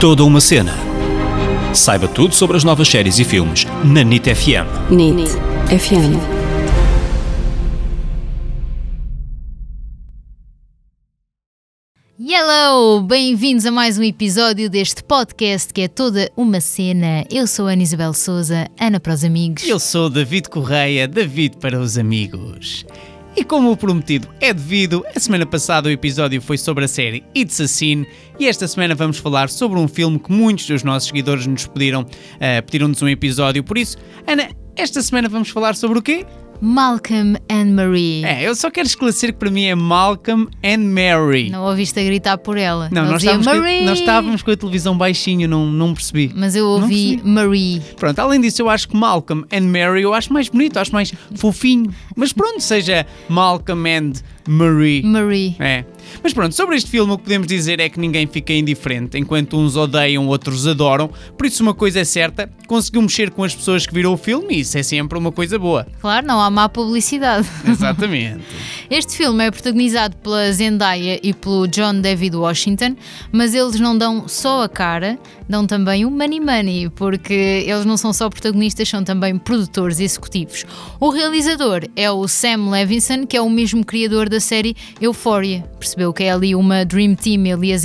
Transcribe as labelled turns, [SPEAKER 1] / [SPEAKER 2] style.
[SPEAKER 1] Toda uma cena. Saiba tudo sobre as novas séries e filmes na NIT FM.
[SPEAKER 2] NIT FM.
[SPEAKER 3] Hello! Bem-vindos a mais um episódio deste podcast que é toda uma cena. Eu sou a Ana Isabel Souza, Ana para os amigos.
[SPEAKER 4] Eu sou David Correia, David para os amigos. E como o prometido é devido, a semana passada o episódio foi sobre a série It's a Sin e esta semana vamos falar sobre um filme que muitos dos nossos seguidores nos pediram, eh, pediram-nos um episódio. Por isso, Ana, esta semana vamos falar sobre o quê?
[SPEAKER 3] Malcolm and Marie.
[SPEAKER 4] É, eu só quero esclarecer que para mim é Malcolm and Mary.
[SPEAKER 3] Não ouviste a gritar por ela.
[SPEAKER 4] Não,
[SPEAKER 3] Ela
[SPEAKER 4] nós,
[SPEAKER 3] dizia,
[SPEAKER 4] estávamos
[SPEAKER 3] Marie!
[SPEAKER 4] com, nós estávamos com a televisão baixinho, não, não percebi.
[SPEAKER 3] Mas eu ouvi Marie.
[SPEAKER 4] Pronto, além disso, eu acho que Malcolm and Mary eu acho mais bonito, acho mais fofinho. Mas pronto, seja Malcolm and Marie.
[SPEAKER 3] Marie.
[SPEAKER 4] É. Mas pronto, sobre este filme o que podemos dizer é que ninguém fica indiferente, enquanto uns odeiam, outros adoram. Por isso, uma coisa é certa, conseguiu mexer com as pessoas que viram o filme e isso é sempre uma coisa boa.
[SPEAKER 3] Claro, não há má publicidade.
[SPEAKER 4] Exatamente.
[SPEAKER 3] Este filme é protagonizado pela Zendaya e pelo John David Washington, mas eles não dão só a cara, dão também o money money, porque eles não são só protagonistas, são também produtores executivos. O realizador é o Sam Levinson, que é o mesmo criador da série Euphoria. Percebeu que é ali uma Dream Team, ele e a